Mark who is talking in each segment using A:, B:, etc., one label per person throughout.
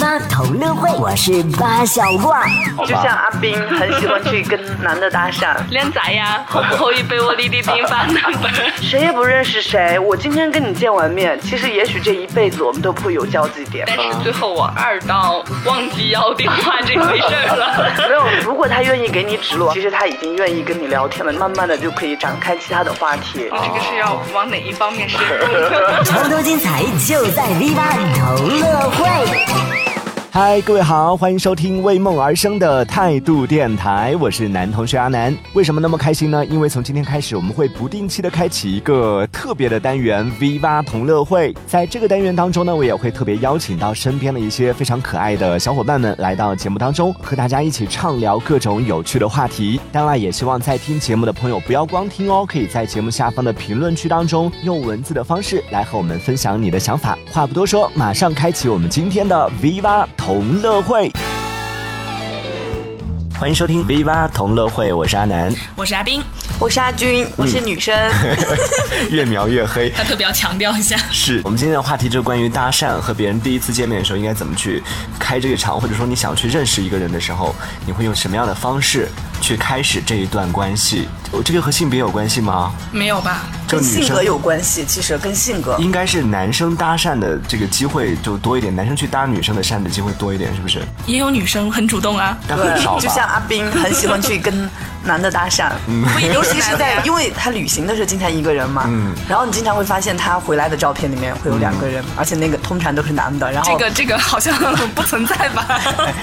A: 八同乐会，我是八小怪。
B: 就像阿斌很喜欢去跟男的搭讪，
C: 靓仔呀，可不可以俾我呢啲电话 number？
B: 谁也不认识谁。我今天跟你见完面，其实也许这一辈子我们都不会有交集点。
C: 但是最后我二到忘记要电话这回事儿了。
B: 没有，如果他愿意给你指路，其实他已经愿意跟你聊天了，慢慢的就可以展开其他的话题。
C: 这个是要往哪一方面深入？
A: 超多精彩就在 V 八同乐会。
D: 嗨，各位好，欢迎收听为梦而生的态度电台，我是男同学阿南。为什么那么开心呢？因为从今天开始，我们会不定期的开启一个特别的单元 V 八同乐会。在这个单元当中呢，我也会特别邀请到身边的一些非常可爱的小伙伴们来到节目当中，和大家一起畅聊各种有趣的话题。当然，也希望在听节目的朋友不要光听哦，可以在节目下方的评论区当中用文字的方式来和我们分享你的想法。话不多说，马上开启我们今天的 V 八。同乐会，欢迎收听 V 八同乐会，我是阿南，
C: 我是阿冰，
E: 我是阿军，我是女生。
D: 嗯越描越黑。
C: 他特别要强调一下，
D: 是我们今天的话题就是关于搭讪和别人第一次见面的时候应该怎么去开这个场，或者说你想去认识一个人的时候，你会用什么样的方式去开始这一段关系？我这个和性别有关系吗？
C: 没有吧？
D: 就
E: 跟
D: 女
E: 性
D: 生
E: 格有关系，其实跟性格。
D: 应该是男生搭讪的这个机会就多一点，男生去搭女生的讪的机会多一点，是不是？
C: 也有女生很主动啊。
D: 但很少吧。嗯
E: 就像阿斌很喜欢去跟男的搭讪，尤其是 在，因为他旅行的时候经常一个人嘛，
D: 嗯
E: 然后你经常会发现他回来的照片里面会有两个人，而且那个通常都是男的，然后
C: 这个 这个好像不存在吧？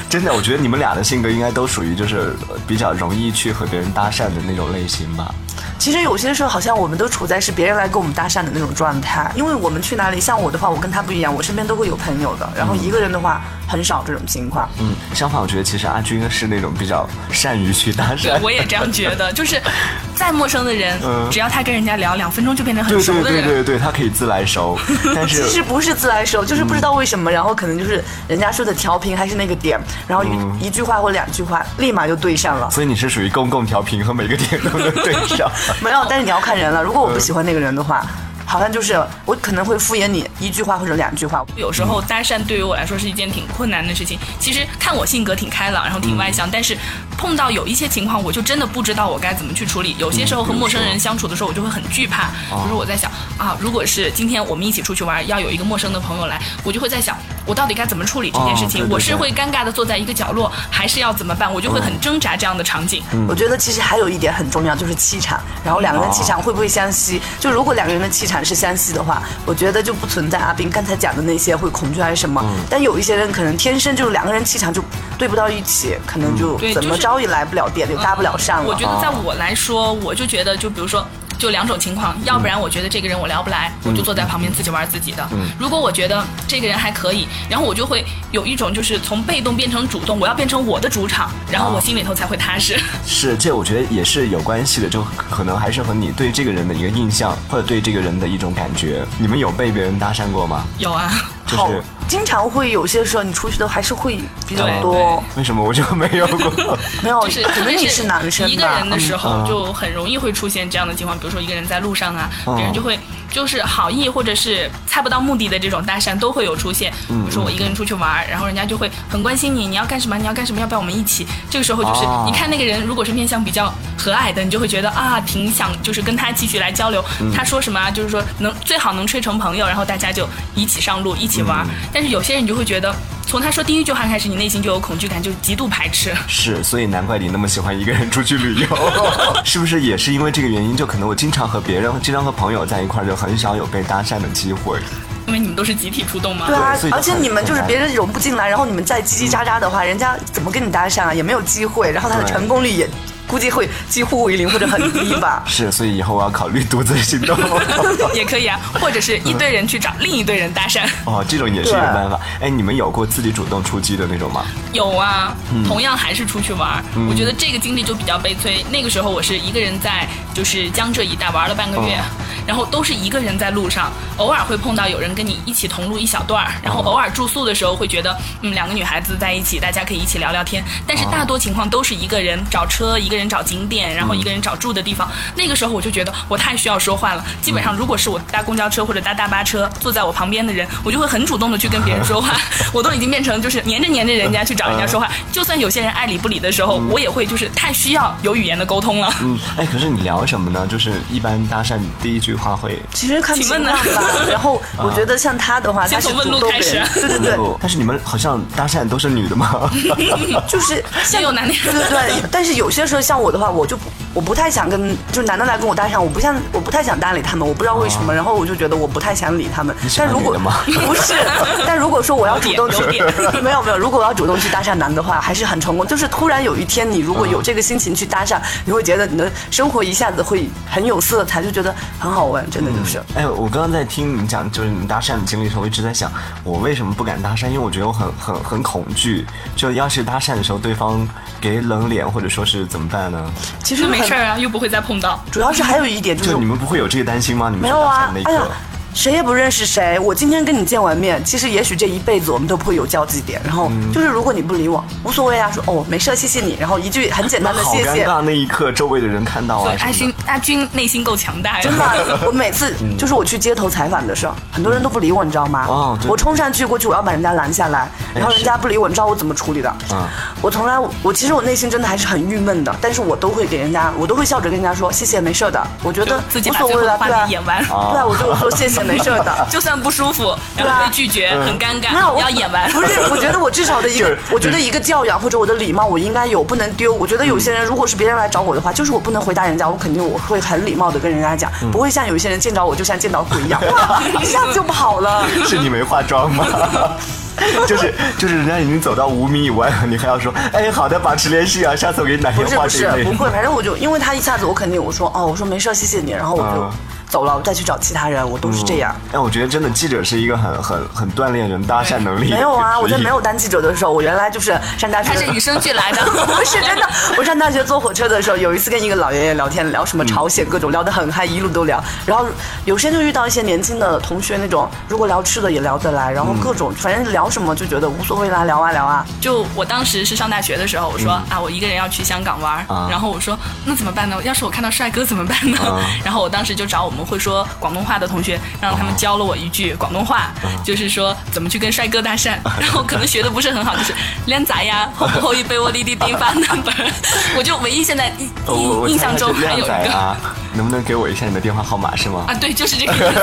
D: 真的，我觉得你们俩的性格应该都属于就是呃比较容易去和别人搭讪的那种类型吧。
E: 其实有些时候好像我们都处在是别人来跟我们搭讪的那种状态，因为我们去哪里，像我的话，我跟他不一样，我身边都会有朋友的，然后一个人的话很少这种情况。
D: 嗯，相反，我觉得其实阿军是那种比较善于去搭
C: 对
D: 讪，。
C: 我也这样觉得，就是再陌生的人
D: 嗯，
C: 只要他跟人家聊两分钟就变成很
D: 对
C: 熟
D: 对
C: 的
D: 对
C: 人。
D: 对对，他可以自来熟，但是
E: 其实不是自来熟，就是不知道为什么，然后可能就是人家说的调频还是那个点，然后一、一句话或两句话，立马就对上了。
D: 嗯所以你是属于公共调频和每个点都能对上。
E: 没有，但是你要看人了。如果我不喜欢那个人的话，好像就是我可能会敷衍你一句话或者两句话。
C: 有时候搭讪对于我来说是一件挺困难的事情。其实看我性格挺开朗，然后挺外向，但是碰到有一些情况，我就真的不知道我该怎么去处理。有些时候和陌生人相处的时候，我就会很惧怕。比如我在想啊，如果是今天我们一起出去玩，要有一个陌生的朋友来，我就会在想，啊我到底该怎么处理这件事
D: 哦对
C: 情？
D: 对
C: 我是
D: 对
C: 会尴尬的坐在一个角落，还是要怎么办？我就会很挣扎这样的场景。
D: 嗯
E: 我觉得其实还有一点很重要，就是气场。然后两
D: 哦
E: 个人气场会不会相吸？就如果两个人的气场是相吸的话，我觉得就不存在阿斌刚才讲的那些会恐惧还是什么。
D: 嗯
E: 但有一些人可能天生就是两个人气场就对不到一起，可能
D: 嗯
E: 就
C: 对
E: 怎
C: 就
E: 么
C: 是嗯
E: 着也来不了电，就搭不了讪了。
C: 我觉得在我来说，我就觉得就比如说。就两种情
E: 嗯
C: 况，要不然我觉得这个人我聊不来，我就坐在旁边自己玩自己的。
E: 嗯
C: 如果我觉得这个人还可以，然后我就会有一种就是从被动变成主动，我要变成我的主场，然
E: 哦
C: 后我心里头才会踏实。
D: 是，这我觉得也是有关系的，就可能还是和你对这个人的一个印象，或者对这个人的一种感觉。你们有被别人搭讪过吗？
C: 有啊，
D: 就
E: 好
D: 是，
E: 经常会有些时候你出去的还是会比较
C: 对
E: 多，
D: 为什么我就没有过？
E: 没有，
C: 就是
E: 可能
C: 就
E: 你是男生吧。
C: 一个人的时
D: 嗯
C: 候就很容易会出现这样的情况，比如说一个人在路上啊，
D: 嗯
C: 别人就会就是好意或者是猜不到目的的这种搭讪都会有出现。
E: 嗯
C: 比如说我一个人出去玩儿，然后人家就会很关心你，你要干什么？你要干什么？要不要我们一起？这个时候就是
E: 啊
D: 哦
C: 你看那个人如果是面相比较和蔼的，你就会觉得啊挺想就是跟他继续来交流。
E: 嗯
C: 他说什么啊，就是说能最好能吹成朋友，然后大家就一起上路一起
E: 嗯
C: 玩儿。但是有些人你就会觉得。从他说第一句话开始，你内心就有恐惧感，就极度排斥。
D: 是，所以难怪你那么喜欢一个人出去旅游，是不是也是因为这个原因？就可能我经常和别人，经常和朋友在一块儿，就很少有被搭讪的机会。
C: 因为你们都是集体出动嘛。
E: 对啊
D: 对所以，就
E: 而且
D: 很
E: 你们就是
D: 很
E: 别人融不进来，然后你们再叽叽喳喳的话，人家怎么跟你搭讪啊？也没有机会，然后他的
D: 对。
E: 成功率也估计会几乎为零或者很低吧
D: 是，所以以后我要考虑独自行动。
C: 也可以啊，或者是一堆人去找另一堆人搭讪。
E: 嗯
D: 哦，这种也是一个
E: 对
D: 办法。哎，你们有过自己主动出击的那种吗？
C: 有啊，同样还是出去玩儿。我觉得这个经历就比较悲催。那个时候我是一个人在就是江浙一带玩了半个月，然后都是一个人在路上，偶尔会碰到有人跟你一起同路一小段儿，然后偶尔住宿的时候会觉
E: 哦
C: 得，嗯，两个女孩子在一起，大家可以一起聊聊天。但是大多情况都是一个人找车，一个人。人找景点，然后一个
E: 嗯
C: 人找住的地方。那个时候我就觉得我太需要说话了。基
E: 嗯
C: 本上如果是我搭公交车或者搭大巴车，坐在我旁边的人，我就会很主动的去跟别 人说话。我都已经变成就是黏着黏着人家去找
E: 嗯
C: 人家说话。就算有些人爱理不理的时候，我也会就是太需要有语言的沟通了。
D: 嗯，哎，可是你聊什么呢？就是一般搭讪第一句话会
E: 其实 看
C: 请
E: 情
C: 问呢
E: 况吧。然后我觉得像他的话， 他
C: 先
E: 是
C: 从问
E: 主
C: 路
E: 动
C: 开
E: 给人，
C: 始啊
E: 对对对，
D: 不但是你们好像搭讪都是女的吗？
E: 就是像
C: 也有男的
E: 对对对。但是有些时候像我的话，我就不我不太想跟，就是男的来跟我搭讪，我不像我不太想搭理他们，我不知道为什么，然后我就觉得我不太想理他们。
D: 哦喜欢
E: 但如
D: 女
E: 果
D: 的吗
E: 不是，但如果说我要主动去
C: 有点 有，
E: 没有没有，如果我要主动去搭讪男的话，还是很成功。就是突然有一天，你如果
D: 嗯
E: 有这个心情去搭讪，你会觉得你的生活一下子会很有色彩，就觉得很好玩，真的就是。
D: 哎，我刚刚在听你讲，就是你搭讪的经历的时候，我一直在想，我为什么不敢搭讪？因为我觉得我很很很恐惧，就要是搭讪的时候，对方给冷脸或者说是怎么办呢？
E: 其实
C: 那没
E: 很
C: 事儿啊，又不会再碰到。
E: 主要是还有一点就是
D: 就你们不会有这个担心吗？你们
E: 没
D: 去
E: 有
D: 搭
E: 啊
D: 讪的那一，
E: 哎呀
D: 刻，，
E: 谁也不认识谁。我今天跟你见完面，其实也许这一辈子我们都不会有交集点。然后
D: 嗯
E: 就是如果你不理我，无所谓啊，说哦没事，谢谢你。然后一句很简单的
D: 好
E: 谢
D: 尴
E: 谢。
D: 尬，那一刻周围的人看到
C: 所
D: 啊
C: 以阿
D: 什么
C: 军
D: 的。
C: 阿军内心够强大呀，
E: 真的啊，我每次就是我去街头采访的时候，很多人都不理我，你知道吗？
D: 哦对
E: 我冲上去过去，我要把人家拦下来，然后人家不理我，你知道我怎么处理的？
D: 嗯
E: 我从来我其实我内心真的还是很郁闷的，但是我都会给人家，我都会笑着跟人家说谢谢，没事的。我觉
C: 就
E: 得
C: 自己
E: 无
C: 把
E: 所
C: 最后
E: 谓
C: 的
E: 了，
C: 话
E: 对啊
C: 题，演完。
E: 对啊，我就说谢谢，没事的。
C: 就算不舒服，然
E: 对啊
C: 后被拒绝，
D: 嗯
C: 很尴尬，
E: 没有，我
C: 要演完。
E: 不是，我觉得我至少的一
D: 就
E: 个
D: 是，
E: 我觉得一个教养或者我的礼貌，我应该有，不能丢。我觉得有
D: 嗯
E: 些人，如果是别人来找我的话，就是我不能回答人家，我肯定我会很礼貌的跟人家讲，
D: 嗯
E: 不会像有些人见着我就像见到鬼一样，哇，一下子就跑 了。
D: 是你没化妆吗？ 就是就是，人家已经走到五米以外了，你还要说，哎，好的，保持联系啊，下次我给你打
E: 不
D: 电
E: 是
D: 话
E: 不
D: 这
E: 是
D: 一类。
E: 不会，反正我就因为他一下子，我肯定我说哦，我说没事儿，谢谢你，然后我就
D: 嗯
E: 走了，我再去找其他人，我都是这样。
D: 哎，我觉得真的记者是一个很 很很锻炼人搭讪能力的职业。
E: 没有啊，我在没有当记者的时候，我原来就是上大学
C: 他
E: 的时
C: 是
E: 候，
C: 与生俱来的，
E: 不是真的，我上大学坐火车的时候，有一次跟一个老爷爷聊天，聊什么朝鲜各种，聊得很嗨，一路都聊。然后有些就遇到一些年轻的同学那种，如果聊吃的也聊得来，然后各种反正聊什么就觉得无所谓啦，聊啊聊啊。
C: 就我当时是上大学的时候，我说、啊，我一个人要去香港玩儿，
D: 嗯啊
C: 然后我说那怎么办呢？要是我看到帅哥怎么办呢？
D: 啊
C: 然后我当时就找我们会说广东话的同学，让他们教了我一
D: 啊
C: 句广东话，就是说怎么去跟帅哥搭 讪。然后可能学的不是很好，就是靓仔呀，后不后一杯我滴滴滴发 number。我 就唯一现在印
D: 我我我
C: 印印象中
D: 猜
C: 还
D: 他是
C: 有一
D: 靓仔
C: 个。
D: 啊，能不能给我一下你的电话号码是吗？
C: 啊，对，就是这个意思。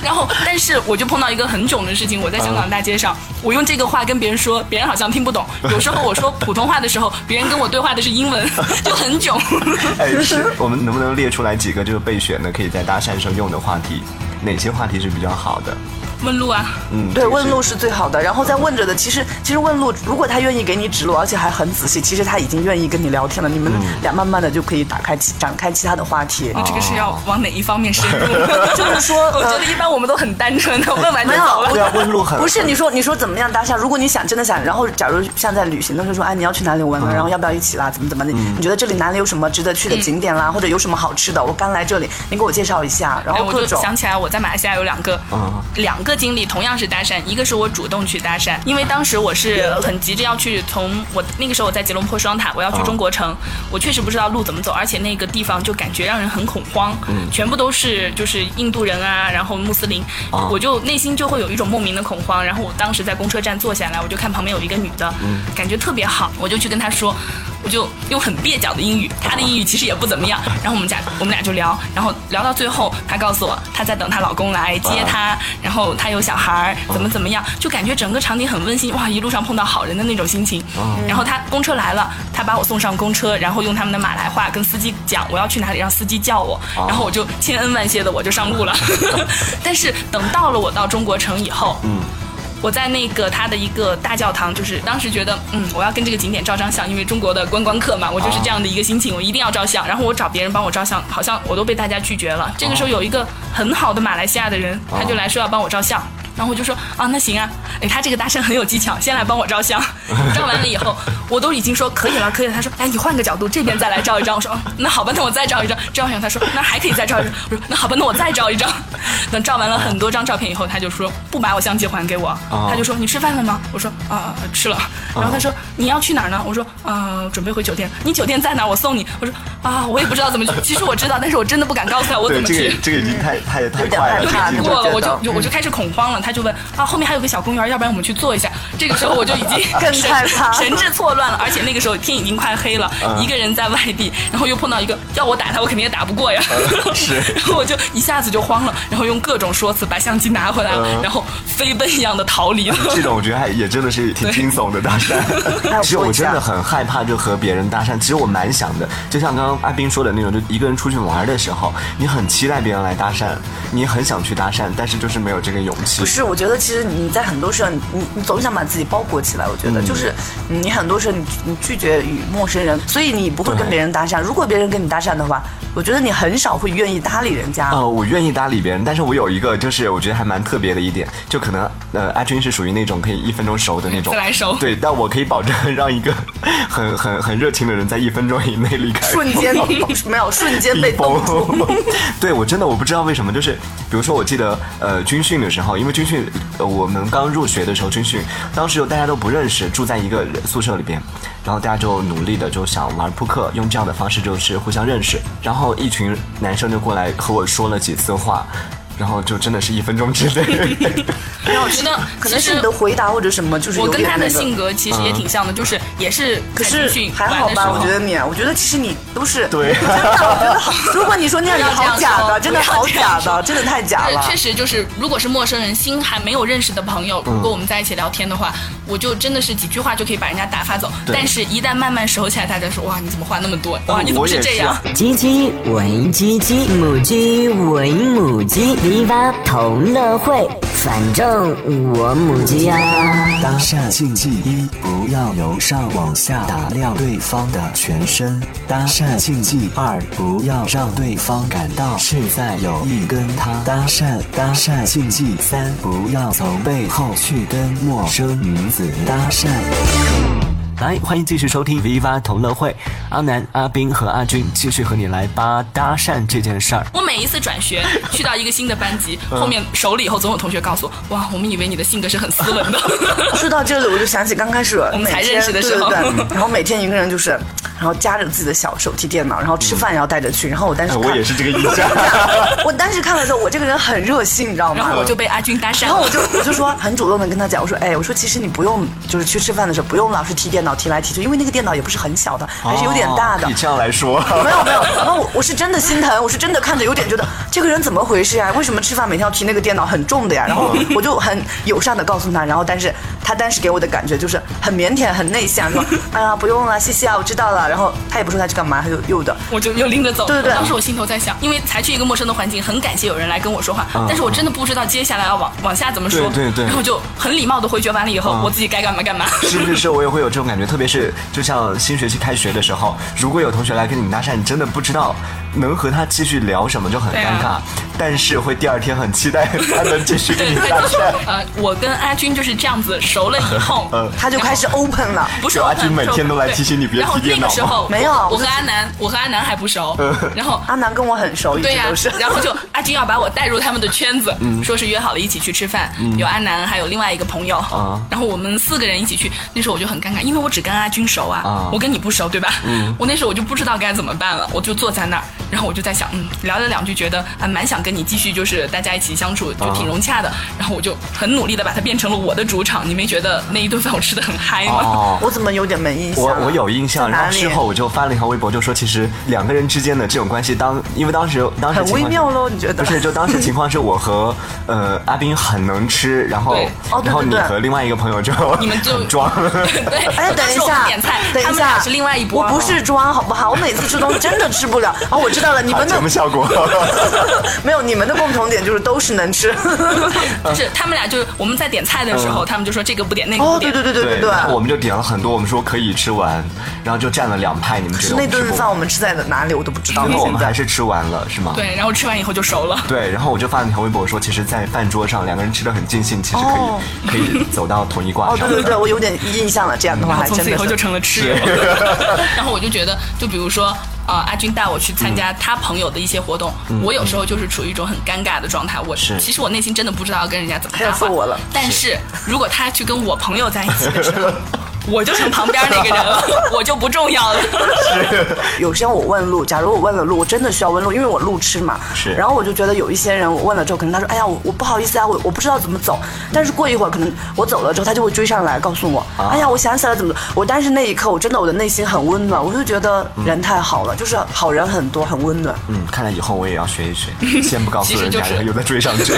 C: 然后，但是我就碰到一个很囧的事情，我在香港大街上，我用这个话跟别人说，别人好像听不懂。有时候我说普通话的时候，别人跟我对话的是英文，就很囧。
D: 哎，是我们能不能列出来几个就是备选的，可以在搭讪时候用的话题？哪些话题是比较好的？
C: 问路啊，
D: 嗯，
E: 对，
D: 这个
E: 问
D: 是
E: 路是最好的。然后在问着的，其实其实问路，如果他愿意给你指路，而且还很仔细，其实他已经愿意跟你聊天了。你们俩慢慢的就可以打开其展开其他的话题。
C: 那这个是要往哪一方面深入？
E: 哦就是说呃
C: 我觉得一般我们都很单纯的，问完就
E: 没有
C: 走了。
D: 对啊，问路很
E: 不是你说你说怎么样搭讪？如果你想真的想，然后假如像在旅行的时候说，哎，你要去哪里
D: 嗯
E: 玩玩，然后要不要一起啦？怎么怎么的？你觉得这里哪里有什么值得
C: 嗯
E: 去的景点啦，或者有什么好吃的？我刚来这里，你给我介绍一下。然
C: 哎，
E: 后
C: 我
E: 各
C: 就
E: 种啊
C: 想起来，我在马来西亚有两个、
D: 嗯
C: 两个经历，同样是搭讪，一个是我主动去搭讪，因为当时我是很急着要去从我那个时候我在吉隆坡双塔，我要
E: 啊
C: 去中国城，我确实不知道路怎么走，而且那个地方就感觉让人很恐慌，
E: 嗯
C: 全部都是就是印度人啊，然后穆斯林，
E: 哦
D: 啊
C: 我就内心就会有一种莫名的恐慌。然后我当时在公车站坐下来，我就看旁边有一个女的，感觉特别好，我就去跟她说。我就用很蹩脚的英语，她的英语其实也不怎么样。然后我们俩我们俩就聊，然后聊到最后，她告诉我她在等她老公来接她，然后她有小孩儿，怎么怎么样，就感觉整个场景很温馨哇！一路上碰到好人的那种心情。然后她公车来了，她把我送上公车，然后用他们的马来话跟司机讲我要去哪里，让司机叫我。然后我就千恩万谢的我就上路了。 但是等到了我到中国城以后，嗯。我在那个他的一个大教堂，就是当时觉得，嗯，我要跟这个景点照张相，因为中国的观光客嘛，我就是这样的一个心情，我一定要照相。然后我找别人帮我照相，好像我都被大家拒绝了。这个时候有一个很好的马来西亚的人，他就来说要帮我照相。然后我就说啊，那行啊，哎，他这个搭讪很有技巧，先来帮我照相，照完了以后，我都已经说可以了，可以了。他说，哎，你换个角度，这边再来照一张。我说，哦那好吧，那我再照一张，照上。他说，那还可以再照一张。我说，那好吧，那我再照一张。等照完了很多张照片以后，他就说不把我相机还给我，
D: 哦
C: 他就说你吃饭了吗？我说啊、吃了。然后他说你要去哪儿呢？我说呃准备回酒店。你酒店在哪儿？我送你。我说啊我也不知道怎么去， 其实我知道，但是我真的不敢告诉他我怎
D: 对，
C: 么
D: 这
C: 去
D: 个。这个已经太太太
E: 有点
D: 快
E: 害
D: 了，
E: 怕
D: 这
E: 对
D: 个已经
E: 吧
C: 过了，我
E: 觉
C: 就
E: 得
C: 我就开始恐慌了。他就问啊，后面还有个小公园，要不然我们去坐一下？这个时候我就已经
E: 更
C: 神
E: 害怕
C: 神志错乱了。而且那个时候天已经快黑了，一个人在外地，然后又碰到一个要我打他，我肯定也打不过呀。
D: 是
C: 然后我就一下子就慌了，然后用各种说辞把相机拿回来了
D: 嗯，
C: 然后飞奔一样的逃离了。
D: 这种我觉得还也真的是挺惊悚的 搭讪。其实我真的很害怕，就和别人搭讪。其实我蛮想的，就像刚刚阿斌说的那种，就一个人出去玩的时候，你很期待别人来搭讪，你很想去搭讪，但是就是没有这个勇气
E: 不。是，我觉得其实你在很多时候，你你你总想把自己包裹起来。我觉
D: 嗯
E: 得、就是你很多时候你你拒绝与陌生人，所以你不会
D: 对
E: 跟别人搭讪。如果别人跟你搭讪的话，我觉得你很少会愿意搭理人家。
D: 呃，我愿意搭理别人，但是我有一个就是我觉得还蛮特别的一点，就可能呃阿军是属于那种可以一分钟熟的 那种，
C: 自来熟
D: 对，但我可以保证让一个 很很很热情的人在一分钟以内离开我，
E: 瞬间 没有，瞬间被
D: 一
E: 冻
D: 崩
E: 住。。
D: 对我真的我不知道为什么，就是比如说我记得呃军训的时候，因为军训、呃、我们刚入学的时候军训，当时有大家都不认识，住在一个宿舍里边，然后大家就努力的就想玩扑克，用这样的方式就是互相认识。然后一群男生就过来和我说了几次话，然后就真的是一分钟之内。
C: 然后我觉得
E: 可
C: 其
E: 能是
C: 实
E: 你的回答或者什么，就是
C: 我
E: 有
C: 跟
E: 点
C: 他的
E: 那个
C: 性格其实也挺像的，就是也是
E: 嗯可
C: 在军
E: 是
C: 训
E: 还
C: 玩
E: 好
C: 的时
E: 吧，
C: 候
E: 我觉得你，啊我觉得其实你都是
D: 对
E: 真的，我觉得 好。如果你说那样，你
C: 不要这样
E: 好假
C: 说
E: 的，真的
C: 不要
E: 好
C: 这样
E: 假的，真的太假
C: 对，
E: 了。
C: 确实就是，如果是陌生人，新还没有认识的朋友，
E: 嗯
C: 如果我们在一起聊天的话，我就真的是几句话就可以把人家打发走。
D: 对
C: 但是，一旦慢慢熟起来，大家说哇，你怎么话那么多？
E: 哦
C: 哇，你怎么
D: 我也
C: 这
D: 是
C: 样
D: 啊？
A: 鸡鸡为鸡鸡，母鸡为母鸡，Viva 同乐会，反正我母鸡啊呀、
F: 搭讪禁忌一：不要由上往下打量对方的全身。搭讪禁忌二：不要让对方感到是在有意跟他搭讪。搭讪禁忌三：不要从背后去跟陌生女子搭讪。
D: 来，欢迎继续收听《Viva 同乐会》，阿南、阿斌和阿军继续和你来扒搭讪这件事儿。
C: 我每一次 转学去到一个新的班级，
E: 嗯
C: 后面熟了以后，总有同学告诉我，哇，我们以为你的性格是很斯文的。
E: 说到这里，我就想起刚开始
C: 我们
E: 每
C: 才
E: 天
C: 认识的时候
E: 对对对，然后每天一个人就是，然后夹着自己的小手提电脑，然后吃饭也要带着去。然后我当时
D: 哎
E: 看，
D: 我也是这个印 象。
E: 我当时看的时候，我这个人很热心，你知道
C: 然
E: 吗
C: 后？我就被阿军搭讪
E: 然后我
C: 了。
E: 就我就说很主动的跟他讲，我说哎，我说其实你不用，就是去吃饭的时候不用老是提电脑提来提去，因为那个电脑也不是很小的，还是有点大的
D: 哦。你这样来 说，
E: 没有没有，然后我我是真的心疼，我是真的看着有点觉得这个人怎么回事呀、为什么吃饭每天要提那个电脑很重的呀？然后我就很友善的告诉他，然后但是他当时给我的感觉就是很腼腆、很内向，说哎呀不用了，谢谢啊，我知道了。然后他也不说他去干嘛，他就又的。
C: 我就又拎着走。
E: 对对对
C: 当时我心头在想，因为才去一个陌生的环境，很感谢有人来跟我说话，但是我真的不知道接下来要往往下怎么说。
D: 啊对对对啊
C: 然后就很礼貌的回绝完了以后，我自己该干嘛干 嘛。
D: 是是是，我也会有这种感觉，特别是就像新学期开学的时候，如果有同学来跟你搭讪，你真的不知道能和他继续聊什么，就很
C: 对
D: 尴
C: 啊
D: 尬。但是会第二天很期待他能继续跟
C: 对
D: 你
C: 对，
D: 搭
C: 就是
D: 讪。
C: 呃，我跟阿军就是这样子熟了以后，
D: 嗯
E: 他就开始 open 了，
C: 不是
D: 有
C: 我
D: 阿
C: 很
D: 军每天都来提醒你别
C: 然后
D: 提电
C: 那
D: 脑
C: 个时候
E: 没有
C: 我和阿南，我和阿南还不熟，
D: 嗯
C: 然后。
E: 阿南跟我很熟，一直
C: 对呀、
E: 都是。嗯
C: 然后 就阿军要把我带入他们的圈子，说是约好了一起去吃饭，有阿南还有另外一个朋友，
D: 啊
C: 然后我们四个人一起去。那时候我就很尴尬，因为我只跟阿军熟啊，
D: 啊
C: 我跟你不熟，对吧？
E: 嗯
C: 我那时候我就不知道该怎么办了，我就坐在那儿，然后我就在想，嗯，聊了两句，觉得啊、蛮想跟你继续就是大家一起相处，
E: 啊
C: 就挺融洽的。然后我就很努力的把它变成了我的主场。你没觉得那一顿饭我吃的很嗨吗？
D: 哦，
E: 我怎么有点没印象
D: 我
E: 啊？
D: 我有印象，
E: 在哪
D: 然后事
E: 里
D: 后我就发了一条微博，就说其实两个人之间的这种关系当，因为当时当时
E: 很
D: 情况
E: 微
D: 是
E: 妙咯你觉得
D: 不是，就当时情况是我和呃阿斌很能吃，然后
C: 对
E: 哦对
D: 然后
E: 对
D: 你
E: 对
D: 和另外一个朋友就
C: 你们就
D: 很装，
C: 对，
E: 哎，等
C: 当
E: 一
C: 时我
E: 下
C: 们点菜，
E: 等
C: 他
E: 一
C: 们俩
E: 下，
C: 是另外一波。啊
E: 我不是装好不好？我每次吃东西真的吃不了，然后我知道了，你
D: 好
E: 们
D: 节
E: 的
D: 目效果。
E: 没有，你们的共同点就是都是能吃。嗯
C: 就是他们俩就我们在点菜的时候，他们就说这个不点那个
E: 哦
C: 不，
E: 对
C: 点，
E: 对对对对
D: 然后我们就点了很多，我们说可以吃完，然后就占了两派。你们觉
E: 是
D: 得我
E: 那
D: 们吃
E: 顿
D: 不
E: 饭我们吃在哪里我都不知道。
D: 最后我们
E: 现在
D: 还是吃完了，是吗？
C: 对然后吃完以后就熟了。
D: 对。然后我就发了一条微博说，其实，在饭桌上两个人吃的很尽兴，其实可以、
E: 哦
D: 可以走到同一挂
E: 哦，
D: 上
E: 对
D: 的。
E: 对对，我有点印象了。这样的话
C: 然后
E: 还
C: 从
E: 真
C: 此以
E: 的。
C: 后就 是成了吃友。然后我就觉得，就比如说，呃，阿军带我去参加他朋友的一些活动，
E: 嗯
C: 我有时候就是处于一种很尴尬的状态。我
D: 是
C: 其实我内心真的不知道要跟人家怎么搭
E: 要
C: 话
E: 揍我 了。
C: 但是如果他去跟我朋友在一起的时候，我就成旁边那个人 了，我就不重要了。
E: 有些我问路，假如我问了路，我真的需要问路，因为我路痴嘛。
D: 是
E: 然后我就觉得有一些人，我问了之后，可能他说：“哎呀，我我不好意思啊，我我不知道怎么走。”但是过一会儿，可能我走了之后，他就会追上来告诉我：“
D: 啊
E: 哎呀，我想起来怎么走。”我当时那一刻，我真的我的内心很温暖，我就觉得人太好了，就是好人很多，很温暖。
D: 嗯，看来以后我也要学一学，先不告
C: 其
D: 诉
C: 实
D: 人
C: 就
D: 家，
C: 是
D: 然后又再追上 去。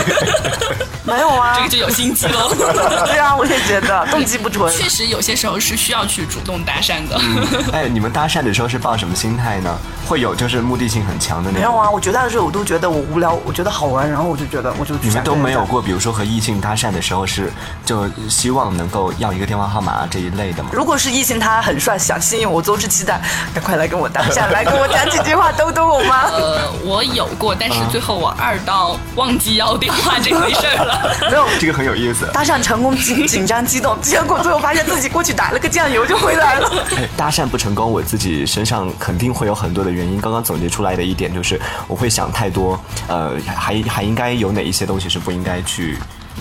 E: 没有啊
C: 这个，就有心机喽。
E: 对啊，我也觉得动机不纯。
C: 确实，有些时候是需要去主动搭讪的。
D: 哎，你们搭讪的时候是抱什么心态呢？会有就是目的性很强的那
E: 没有
D: 种。
E: 啊，我绝大多数我都觉得我无聊，我觉得好玩，然后我就觉得我就去
D: 你们
E: 想
D: 都
E: 跟人
D: 没有
E: 家
D: 过，比如说和异性搭讪的时候是就希望能够要一个电话号码啊这一类的吗？
E: 如果是异性，他很帅，想吸引我，周之期待，赶快来跟我搭讪，来跟我讲几句话，逗逗我 吗？
C: 呃，我有过，但
D: 啊
C: 是最后我二到忘记要电话这回事儿了。
E: 没有。
D: 这个很有意思。
E: 搭讪成功，紧紧张激动，结果最后发现自己过去打了个酱油就回来了。
D: 搭讪不成功，我自己身上肯定会有很多的原因。刚刚总结出来的一点就是，我会想太多，呃，还还应该有哪一些东西是不应该去。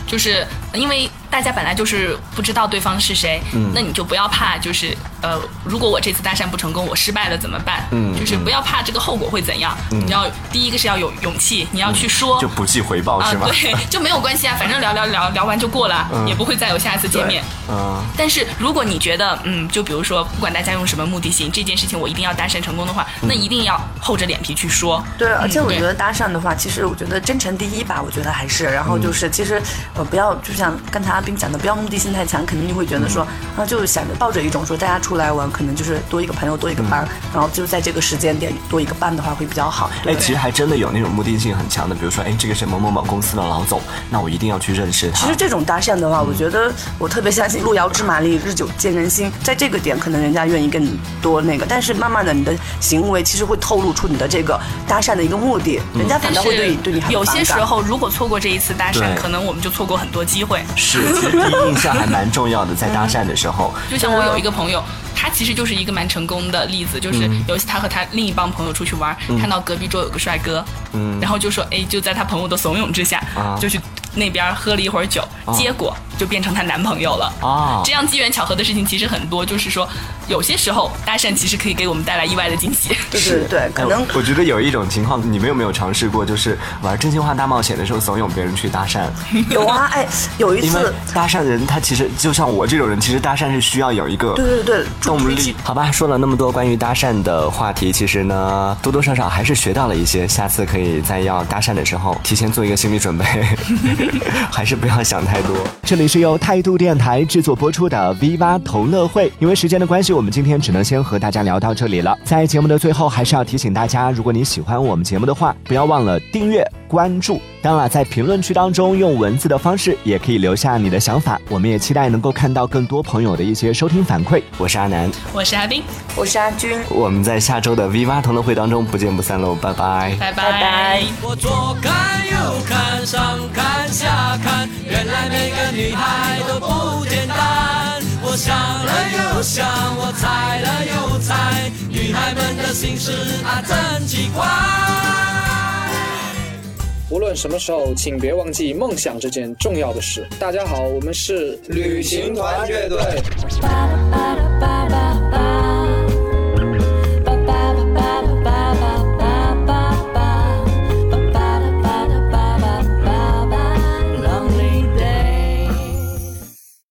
C: 就是因为大家本来就是不知道对方是谁，
D: 嗯
C: 那你就不要怕，就是呃，如果我这次搭讪不成功，我失败了怎么办？
D: 嗯
C: 就是不要怕这个后果会怎样。你要第一个是要有勇气，你要去说。
D: 嗯就不计回报
C: 啊
D: 是，嗯吗？
C: 对， 就没有关系啊，反正聊聊聊聊完就过了，也不会再有下一次见面。
D: 嗯，
C: 但是如果你觉得，嗯，就比如说，不管大家用什么目的性，这件事情我一定要搭讪成功的话，
D: 嗯
C: 那一定要厚着脸皮去说。
E: 嗯对，而且我觉
C: 对
E: 得搭讪的话，其实我觉得真诚第一吧，我觉得还是，然后就是其实呃不要，就像刚才阿斌讲的，不要目的性太强，可能你会觉得说，啊就想着抱着一种说大家出来玩，可能就是多一个朋友多一个伴，然后就在这个时间点多一个伴的话会比较好。
D: 哎，其实还真的有那种目的性很强的，比如说，哎，这个是某某某公司的老总，那我一定要去认识
E: 其
D: 他
E: 实。这种搭讪的话，我觉
C: 嗯
E: 得我特别相信“路遥知马力，日久见人心”。在这个点，可能人家愿意跟你多那个，但是慢慢的，你的行为其实会透露出你的这个搭讪的一个目的，人家
C: 嗯但
E: 反
C: 是
E: 倒会对你对你很
C: 有些
E: 反
C: 时
E: 感。
C: 候，如果错过这一次搭
D: 对
C: 讪，可能我们就错过很多机会。
D: 是，其实第一印象还蛮重要的，在搭讪的时候。
C: 就像我有一个朋友，他其实就是一个蛮成功的例子，就是
D: 嗯
C: 有一次他和他另一帮朋友出去玩，看到隔壁桌有个帅哥，然后就说哎，就在他朋友的怂恿之下，
D: 嗯啊
C: 就去那边喝了一会儿酒，结果就变成她男朋友了。
D: 啊
C: 这样机缘巧合的事情其实很多，就是说有些时候搭讪其实可以给我们带来意外的惊喜。
E: 对对对，可能
D: 哎我觉得有一种情况，你们有没有尝试过，就是玩真心话大冒险的时候怂恿别人去搭讪？
E: 有啊。哎，有一
D: 因为
E: 次，
D: 搭讪人他其实就像我这种人，其实搭讪是需要有一个
E: 对对对，助
D: 动
E: 推
D: 力
E: 进。
D: 好吧，说了那么多关于搭讪的话题，其实呢多多少少还是学到了一些，下次可以在要搭讪的时候提前做一个心理准备， 还是不要想太多。
F: 这里是由态度电台制作播出的 V 八同乐会。
D: 因为时间的关系，我们今天只能先和大家聊到这里了。在节目的最后，还是要提醒大家，如果你喜欢我们节目的话，不要忘了订阅、关注。当然了，在评论区当中用文字的方式也可以留下你的想法，我们也期待能够看到更多朋友的一些收听反馈。我是阿南，
C: 我是阿冰，
E: 我是阿军。
D: 我们在下周的 V 八同乐会当中不见不散喽，拜拜。
C: 拜拜
G: 我左看右看，上看下看，原来每个女孩都不简单。我想了又想，我猜了又猜，女孩们的心事啊真奇怪。
H: 无论什么时候，请别忘记梦想这件重要的事。大家好，我们是旅行团乐队。
I: Ba-da-ba-da-ba.